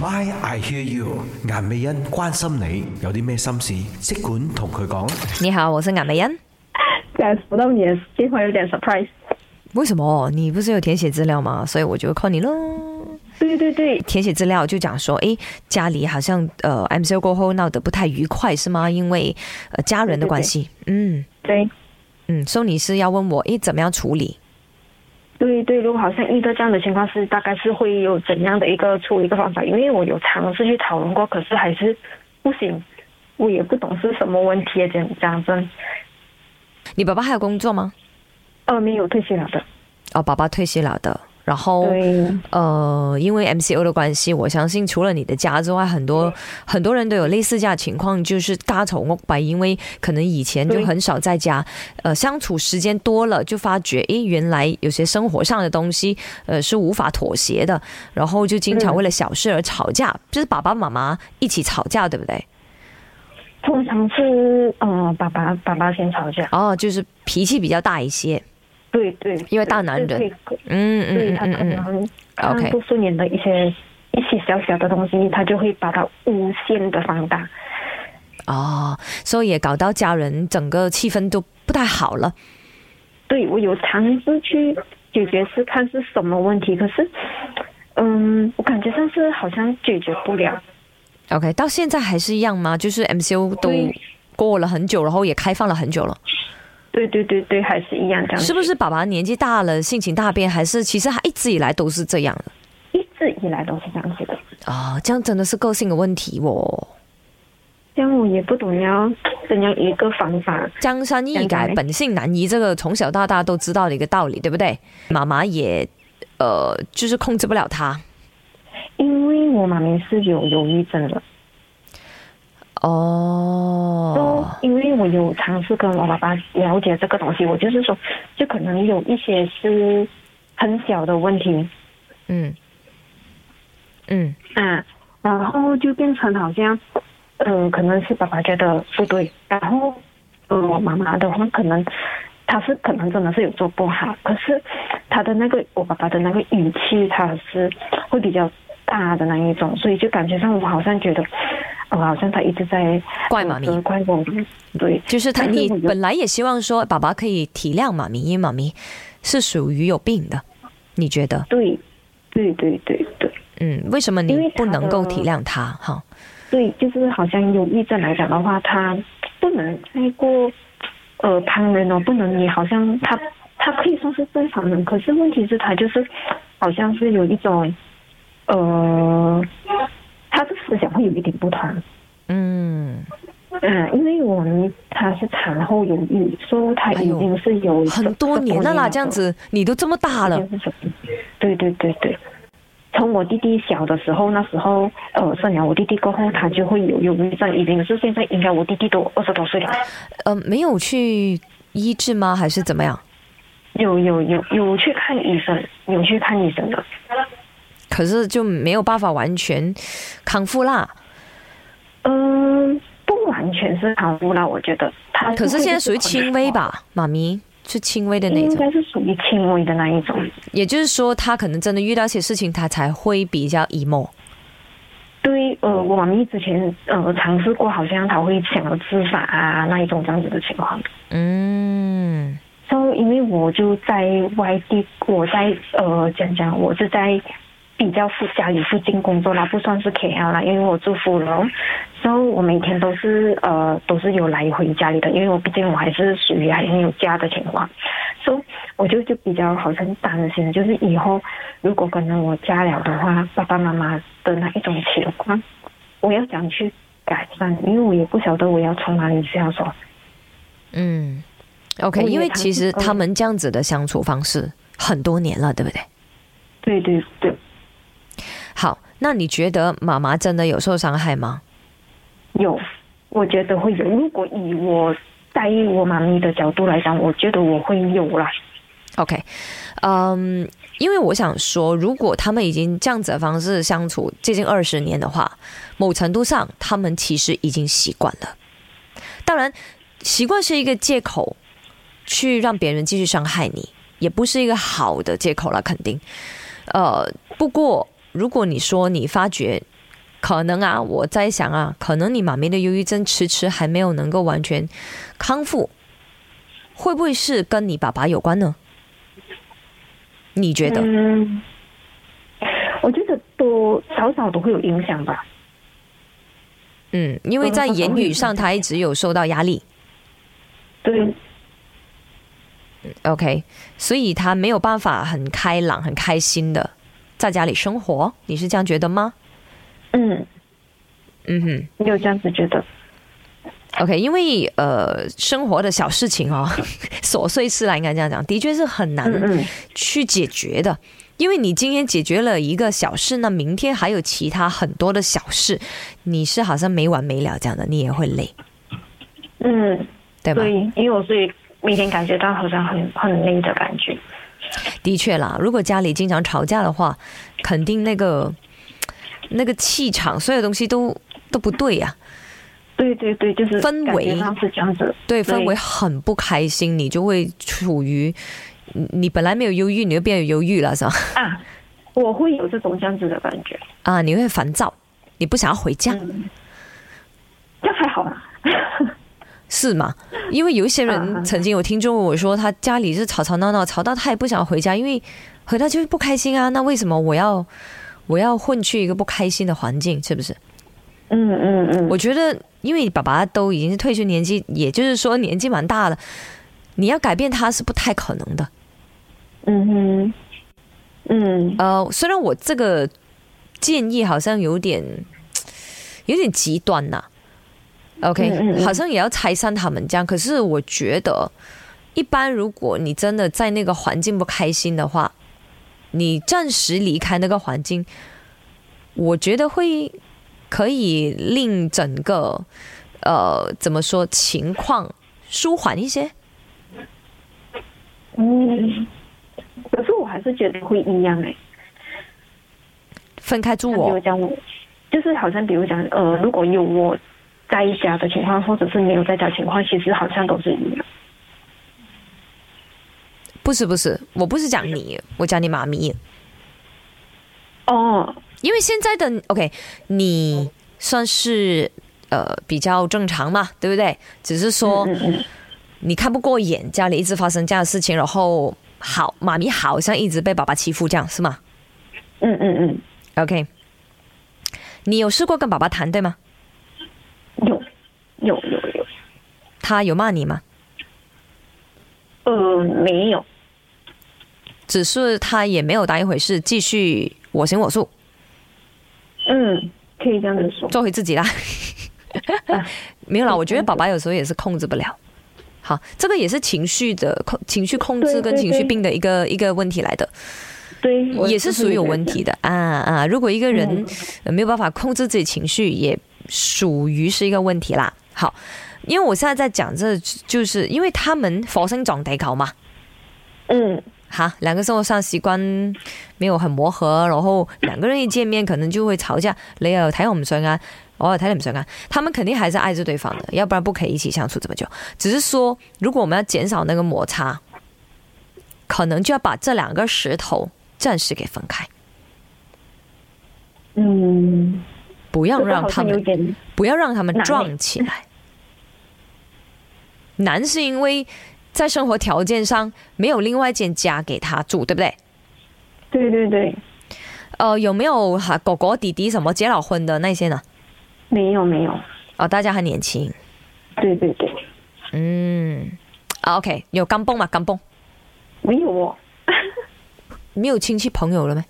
My I hear you，顏美欣關心你有啲咩心事，即管同佢講。你好，我是俺美恩。感受到你的计划有点 surprise。为什么你不是有填写资料吗？所以我就 call 你喽。对对对，填写资料就讲说，诶，家里好像呃 MCO 过后闹得不太愉快是吗？因为呃家人的关系，嗯对嗯，所以你是要问我，诶，怎么样处理？对对，如果好像遇到这样的情况是，大概是会有怎样的一个处理一个方法？因为我有尝试去讨论过，可是还是不行。我也不懂是什么问题，讲讲真，你爸爸还有工作吗？呃，没有退休了的。哦，爸爸退休了的。然后对呃，因为 MCO 的关系，我相信除了你的家之外，很多很多人都有类似这样的情况，就是家丑屋弊，因为可能以前就对很少在家，呃，相处时间多了，就发觉，诶，原来有些生活上的东西，呃，是无法妥协的，然后就经常嗯为了小事而吵架，就是爸爸妈妈一起吵架，对不对？通常是呃，爸爸爸爸先吵架。哦，就是脾气比较大一些，对对，因为大男人对，对嗯对嗯他嗯可嗯嗯，能 OK 看不顺眼的一些一些小小的东西，他就会把它无限的放大。哦，所以也搞到家人整个气氛都不太好了。对我有尝试去解决，是看是什么问题，可是，嗯，我感觉上是好像解决不了。 OK，到现在还是一样吗？就是 MCO 都对过了很久，然后也开放了很久了，对对对对，还是一样这样，是不是？爸爸年纪大了，性情大变，还是其实他一直以来都是这样的一直以来都是这样子的。啊、这样真的是个性的问题哦。这样我也不懂要怎样一个方法。江山易江山改，易改本性难移，这个从小到大都知道的一个道理，对不对？妈妈也呃，就是控制不了他因为我妈咪是有忧郁症的，哦都。因为我有尝试跟我爸爸了解这个东西，我就是说，就可能有一些是很小的问题，嗯嗯，嗯，然后就变成好像，呃，可能是爸爸觉得不对，然后，呃，我妈妈的话可能，她是可能真的是有做不好，可是她的那个我爸爸的那个语气，她是会比较大的那一种，所以就感觉上我好像觉得，呃，好像他一直在怪妈咪呃责怪我妈，对，就是他，但是你我觉得本来也希望说爸爸可以体谅妈咪，因为妈咪是属于有病的，你觉得？对，对对对对嗯，为什么因你为不他能够的体谅他？哈，对，就是好像忧郁症来讲的话，他不能太过呃旁人哦，不能你好像他他可以算是正常人，可是问题是，他就是好像是有一种呃，他的思想会有一点不同。嗯，嗯，因为我们他是产后忧郁，所以他已经是有哎很多年了啦，这样子你都这么大了，就是对对对对。从我弟弟小的时候，那时候呃生了我弟弟过后，他就会有忧郁症，已经是现在应该我弟弟都二十多岁了。呃，没有去医治吗？还是怎么样？有有有有去看医生，有去看医生的。可是就没有办法完全康复啦。嗯，不完全是康复啦，我觉得他。可是现在属于轻微？吧，妈咪是轻微的那应种，该是属于轻微的那一种。也就是说他可能真的遇到一些事情，他才会比较 emo。对，呃，我妈咪之前呃尝试过，好像她会想要自杀啊那一种这样子的情况。嗯就因为我就在外地，我在呃讲讲，我是在比较附家里附近工作啦，不算是 KL 啦，因为我住芙蓉，所、以我每天都是呃都是有来回家里的，因为我毕竟我还是属于还没有家的情况，所、以我就就比较好像担心，就是以后如果可能我家了的话，爸爸妈妈的那一种情况，我要想去改善，因为我也不晓得我要从哪里啊下手。嗯，OK，我也嗯因为尝试其实过他们这样子的相处方式很多年了，对不对？对对对。好，那你觉得妈妈真的有受伤害吗？有，我觉得会有。如果以我在意我妈咪的角度来讲，我觉得我会有啦。 OK，嗯，因为我想说，如果他们已经这样子的方式相处接近二十年的话，某程度上他们其实已经习惯了。当然，习惯是一个借口，去让别人继续伤害你，也不是一个好的借口了，肯定。呃，不过如果你说你发觉可能啊，我在想啊，可能你妈咪的忧郁症迟迟还没有能够完全康复，会不会是跟你爸爸有关呢？你觉得？嗯，我觉得多少少都会有影响吧。嗯，因为在言语上他一直有受到压力嗯对， ，OK，所以他没有办法很开朗、很开心的在家里生活，你是这样觉得吗？嗯，嗯哼。你有这样子觉得？ OK，因为呃，生活的小事情哦， 琐碎事啦，应该这样讲，的确是很嗯难嗯，去解决的。因为你今天解决了一个小事，那明天还有其他很多的小事，你是好像没完没了这样的，你也会累，嗯，对吧？对，因为我所以每天感觉到好像很很累的感觉。的确啦，如果家里经常吵架的话，肯定那个那个气场，所有东西都都不对啊呀、对对对，就是氛围感觉上是这样子。对对氛围很不开心，你就会处于你你本来没有忧郁，你就变得忧郁了，是吧？ 啊，我会有这种这样子的感觉。啊，你会烦躁，你不想要回家，嗯，这样还好啦。是吗？因为有一些啊人曾经有听众问我说，他家里是吵吵闹闹，吵到他也不想回家，因为回到就是不开心啊。那为什么我要我要混去一个不开心的环境？是不是？ 嗯嗯嗯，我觉得，因为爸爸都已经是退休年纪，也就是说年纪蛮大了，你要改变他是不太可能的。嗯哼，嗯呃，虽然我这个建议好像有点有点极端呐、OK，嗯嗯嗯好像也要拆散他们这样。可是我觉得，一般如果你真的在那个环境不开心的话，你暂时离开那个环境，我觉得会可以令整个呃怎么说情况舒缓一些。嗯，可是我还是觉得会一样哎、分开住像比我如讲我，就是好像比如讲呃，如果有我在家的情况，或者是没有在家情况，其实好像都是一样。不是不是，我不是讲你，我讲你妈咪。哦，因为现在的 OK，你算是呃比较正常嘛，对不对？只是说嗯嗯你看不过眼，家里一直发生这样的事情，然后好妈咪好像一直被爸爸欺负，这样是吗嗯嗯？OK，你有试过跟爸爸谈对吗？嗯，有有有有，他有骂你吗？呃，没有，只是他也没有当一回事，继续我行我素，嗯，可以这样子说。做回自己啦。啊 没有啦，我觉得爸爸有时候也是控制不了。好，这个也是情绪的控情绪控制对跟对情绪对病的一个一个问题来的。对，我也是属于有问题的啊啊！如果一个人嗯呃没有办法控制自己情绪，也属于是一个问题啦。好，因为我现在在讲这，就是因为他们火星撞地球嘛，嗯哈，两个生活上习惯没有很磨合，然后两个人一见面可能就会吵架，你又睇我唔顺眼，我又睇你唔顺眼，他们肯定还是爱着对方的，要不然不可以一起相处这么久。只是说，如果我们要减少那个摩擦，可能就要把这两个石头暂时给分开。嗯，不要这个让好他像有们点不要让他们难欸撞起来。难是因为在生活条件上没有另外一间家给他住，对不对？对对对，呃，有没有哈狗狗、弟弟什么结了婚的那些呢？没有没有，哦，大家还年轻，对对对，嗯，啊，OK，有干崩嘛？干崩没有哦。没有亲戚朋友了没？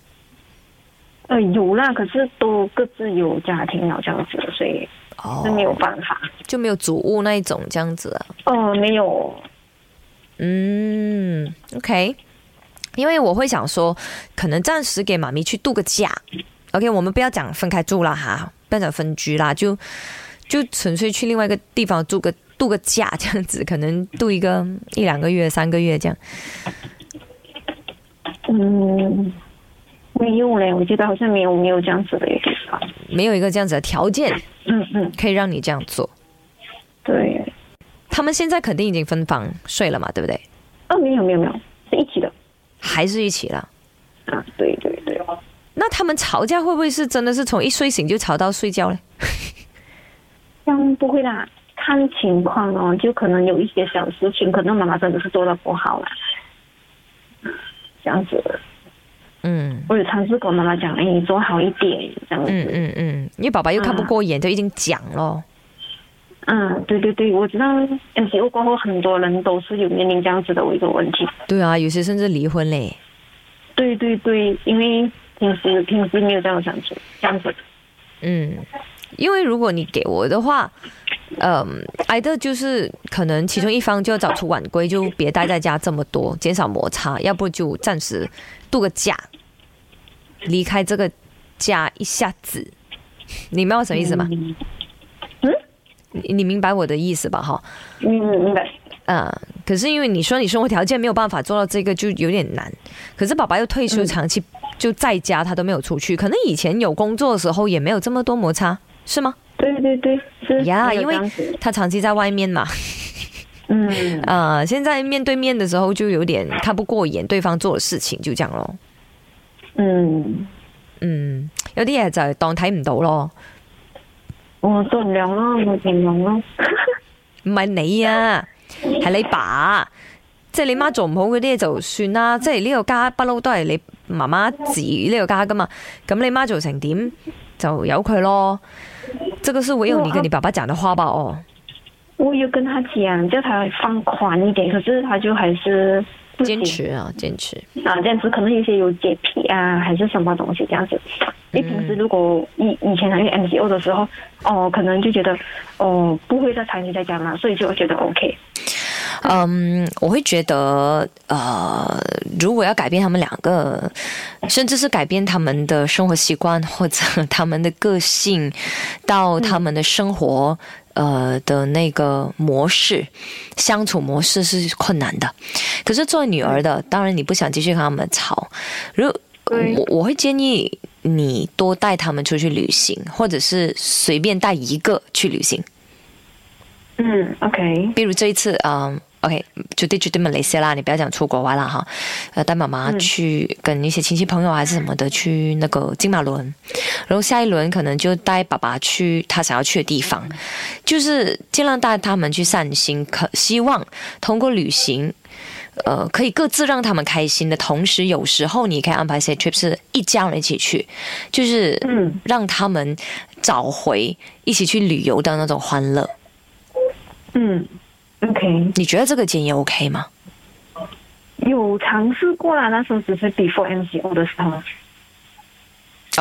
呃，有啦，可是都各自有家庭了这样子，所以哦是，没有办法。就没有祖屋那一种这样子啊。呃，没有，嗯，OK，因为我会想说，可能暂时给妈咪去度个假。OK，我们不要讲分开住啦哈，不要讲分居啦，就就纯粹去另外一个地方住个度个假 这样子，可能度一个一两个月、三个月这样。嗯，没有嘞，我觉得好像没有没有这样子的一个地方。没有一个这样子的条件嗯嗯，可以让你这样做。对。他们现在肯定已经分房睡了嘛，对不对？哦，没有没有没有，是一起的。还是一起了。啊，对对对。那那他们吵架会不会是真的是从一睡醒就吵到睡觉嘞？这样不会啦，看情况哦，就可能有一些小事情，可能妈妈真的是做的不好啦，嗯这样子。嗯我有尝试跟妈妈讲，哎，你做好一点，这样子。嗯嗯嗯，因为爸爸又看不过眼，就已经讲咯。嗯，对对对，我知道 NCO 过后，很多人都是有面临这样子的一个问题。对啊，有些甚至离婚嘞。对对对，因为平时平时没有这样相处，这样子。嗯，因为如果你给我的话，嗯，挨的就是可能其中一方就要早出晚归，就别待在家这么多，减少摩擦，要不就暂时度个假，离开这个家一下子。你明白我什么意思吗？嗯你你明白我的意思吧？哈，嗯，明白。嗯，可是因为你说你生活条件没有办法做到这个，就有点难。可是爸爸又退休，长期就在家，他都没有出去，可能以前有工作的时候也没有这么多摩擦，是吗？对对对，是呀，没有因这为样子他长期在外面嘛，嗯呃，现在面对面的时候就有点看不过眼对方做的事情，就这样咯。嗯，嗯，有啲嘢就係當睇唔到咯，我盡量咯，我盡量咯。 唔係你啊，係你爸，即係你媽做唔好嗰啲嘢就算啦，即係呢個家不嬲都係你媽媽指呢個家噶嘛，咁你媽做成點就由佢咯。這個是唯有你跟你爸爸講的話吧？哦，我有跟他讲，叫他放宽一点，可是他就还是不行堅持啊，堅持。啊，这样子可能有些有洁癖啊，还是什么东西这样子。你平时如果以以前还有 MCO 的时候，哦，可能就觉得哦不会再长期在家嘛，所以就觉得 OK。嗯，我会觉得，呃，如果要改变他们两个，甚至是改变他们的生活习惯或者他们的个性，到他们的生活。呃的那个模式，相处模式是困难的。可是作为女儿的，当然你不想继续跟他们吵。如对我我会建议你多带他们出去旅行，或者是随便带一个去旅行。嗯，OK，比如这一次，嗯，OK，就地就地马来西亚啦，你不要讲出国玩了哈，呃，带妈妈去跟一些亲戚朋友还是什么的去那个金马伦，然后下一轮可能就带爸爸去他想要去的地方，就是尽量带他们去散心，可希望通过旅行。呃，可以各自让他们开心的同时，有时候你可以安排一些 trip 是一家人一起去，就是嗯让他们找回一起去旅游的那种欢乐。嗯，OK，你觉得这个建议 OK 吗？有尝试过啦，那时候只是 before MCO 的时候，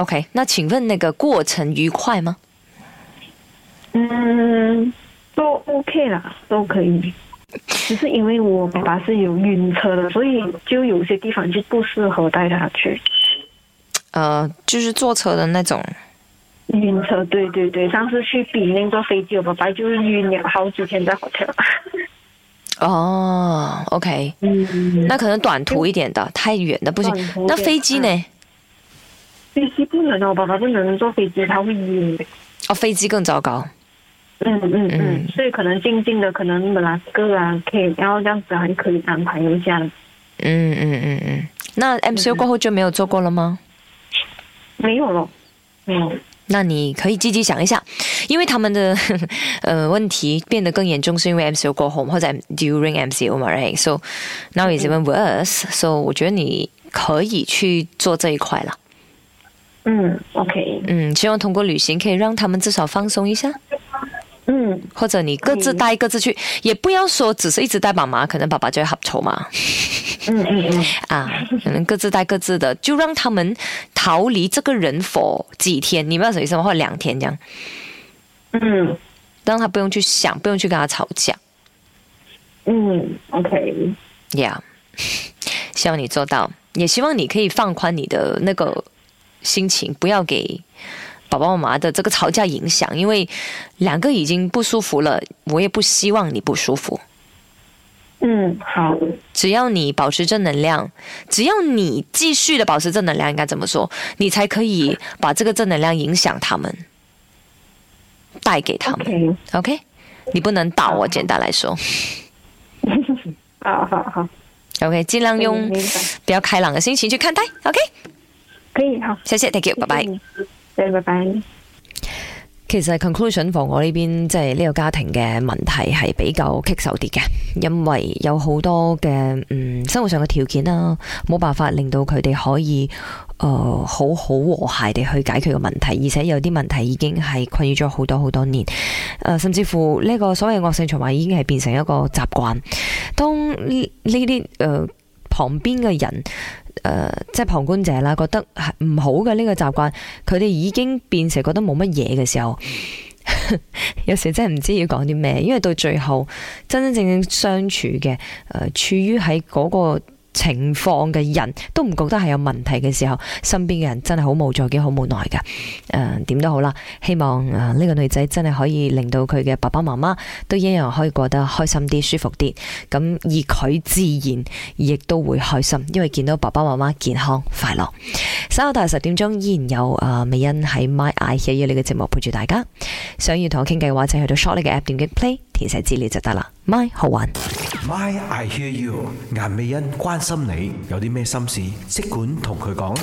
OK，那请问那个过程愉快吗？嗯，都 OK 啦，都可以。只是因为我爸爸是有晕车的，所以就有些地方就不适合带他去。呃，就是坐车的那种。晕车，对对对，上次去比那个飞机，我爸爸就是晕了好几天在 hotel。哦，OK，嗯，那可能短途一点的，太远的不行短途。一点那飞机呢？ 飞机不能哦，我爸爸不能坐飞机，他会晕。哦，飞机更糟糕。嗯嗯嗯嗯，所以可能静静的，可能马拉哥啊，可以，然后这样子还可以安排一下。嗯嗯嗯嗯。那 MCU 过后就没有做过了吗？没有嗯了，没有。那你可以积极想一下，因为他们的 呃问题变得更严重，是因为 MCO go home 或者 during MCO 嘛，right？So now is even worse。So 我觉得你可以去做这一块了。嗯，OK，嗯，希望通过旅行可以让他们至少放松一下，嗯，或者你各自嗯带各自去，也不要说只是一直带妈妈，可能爸爸就会合愁嘛。嗯嗯嗯，啊，可能各自带各自的，就让他们逃离这个人否几天，你们要什么意思吗？或者两天这样，嗯让他不用去想，不用去跟他吵架嗯，OK， ，Yeah，希望你做到，也希望你可以放宽你的那个心情，不要给。爸爸妈妈的这个吵架影响，因为两个已经不舒服了，我也不希望你不舒服。嗯，好，只要你保持正能量，只要你继续的保持正能量，应该怎么说？你才可以把这个正能量影响他们，带给他们。 ，OK， OK，你不能倒我，简单来说好好好， ，OK，尽量用明白嗯比较开朗的心情去看待。OK，可以好，謝謝，thank you，拜拜。對，拜拜。其實 conclusion for 我呢邊即係呢個家庭嘅問題係比較棘手啲嘅，因為有好多嘅嗯生活上嘅條件啦，冇辦法令到佢哋可以誒、呃好好和諧地去解決個問題，而且有啲問題已經係困擾咗好多好多年，呃甚至乎呢個所謂惡性循環已經係變成一個習慣。當呢呢啲誒旁邊嘅人。誒、即係旁觀者啦，覺得係唔好嘅呢個習慣，佢哋已經變成覺得冇乜嘢嘅時候，有時真係唔知要講啲咩，因為到最後真真正正相處嘅，誒、處於喺嗰個情況嘅人都唔覺得係有問題嘅時候，身邊嘅人真係好無助嘅，好無奈嘅。誒、點都好啦，希望誒呃呢、個女仔真係可以令到佢嘅爸爸媽媽都一樣可以過得開心啲、舒服啲，咁而佢自然亦都會開心，因為見到爸爸媽媽健康快樂。稍後大十點鐘依然有啊、美欣喺 My I Hear You 呢個節目陪住大家。想要同我傾偈嘅話，就去到 Short 呢個 app 點擊 Play 填寫資料就得啦。My 好玩。 My I Hear You，顏美欣關心你有啲咩心事，即管同佢講。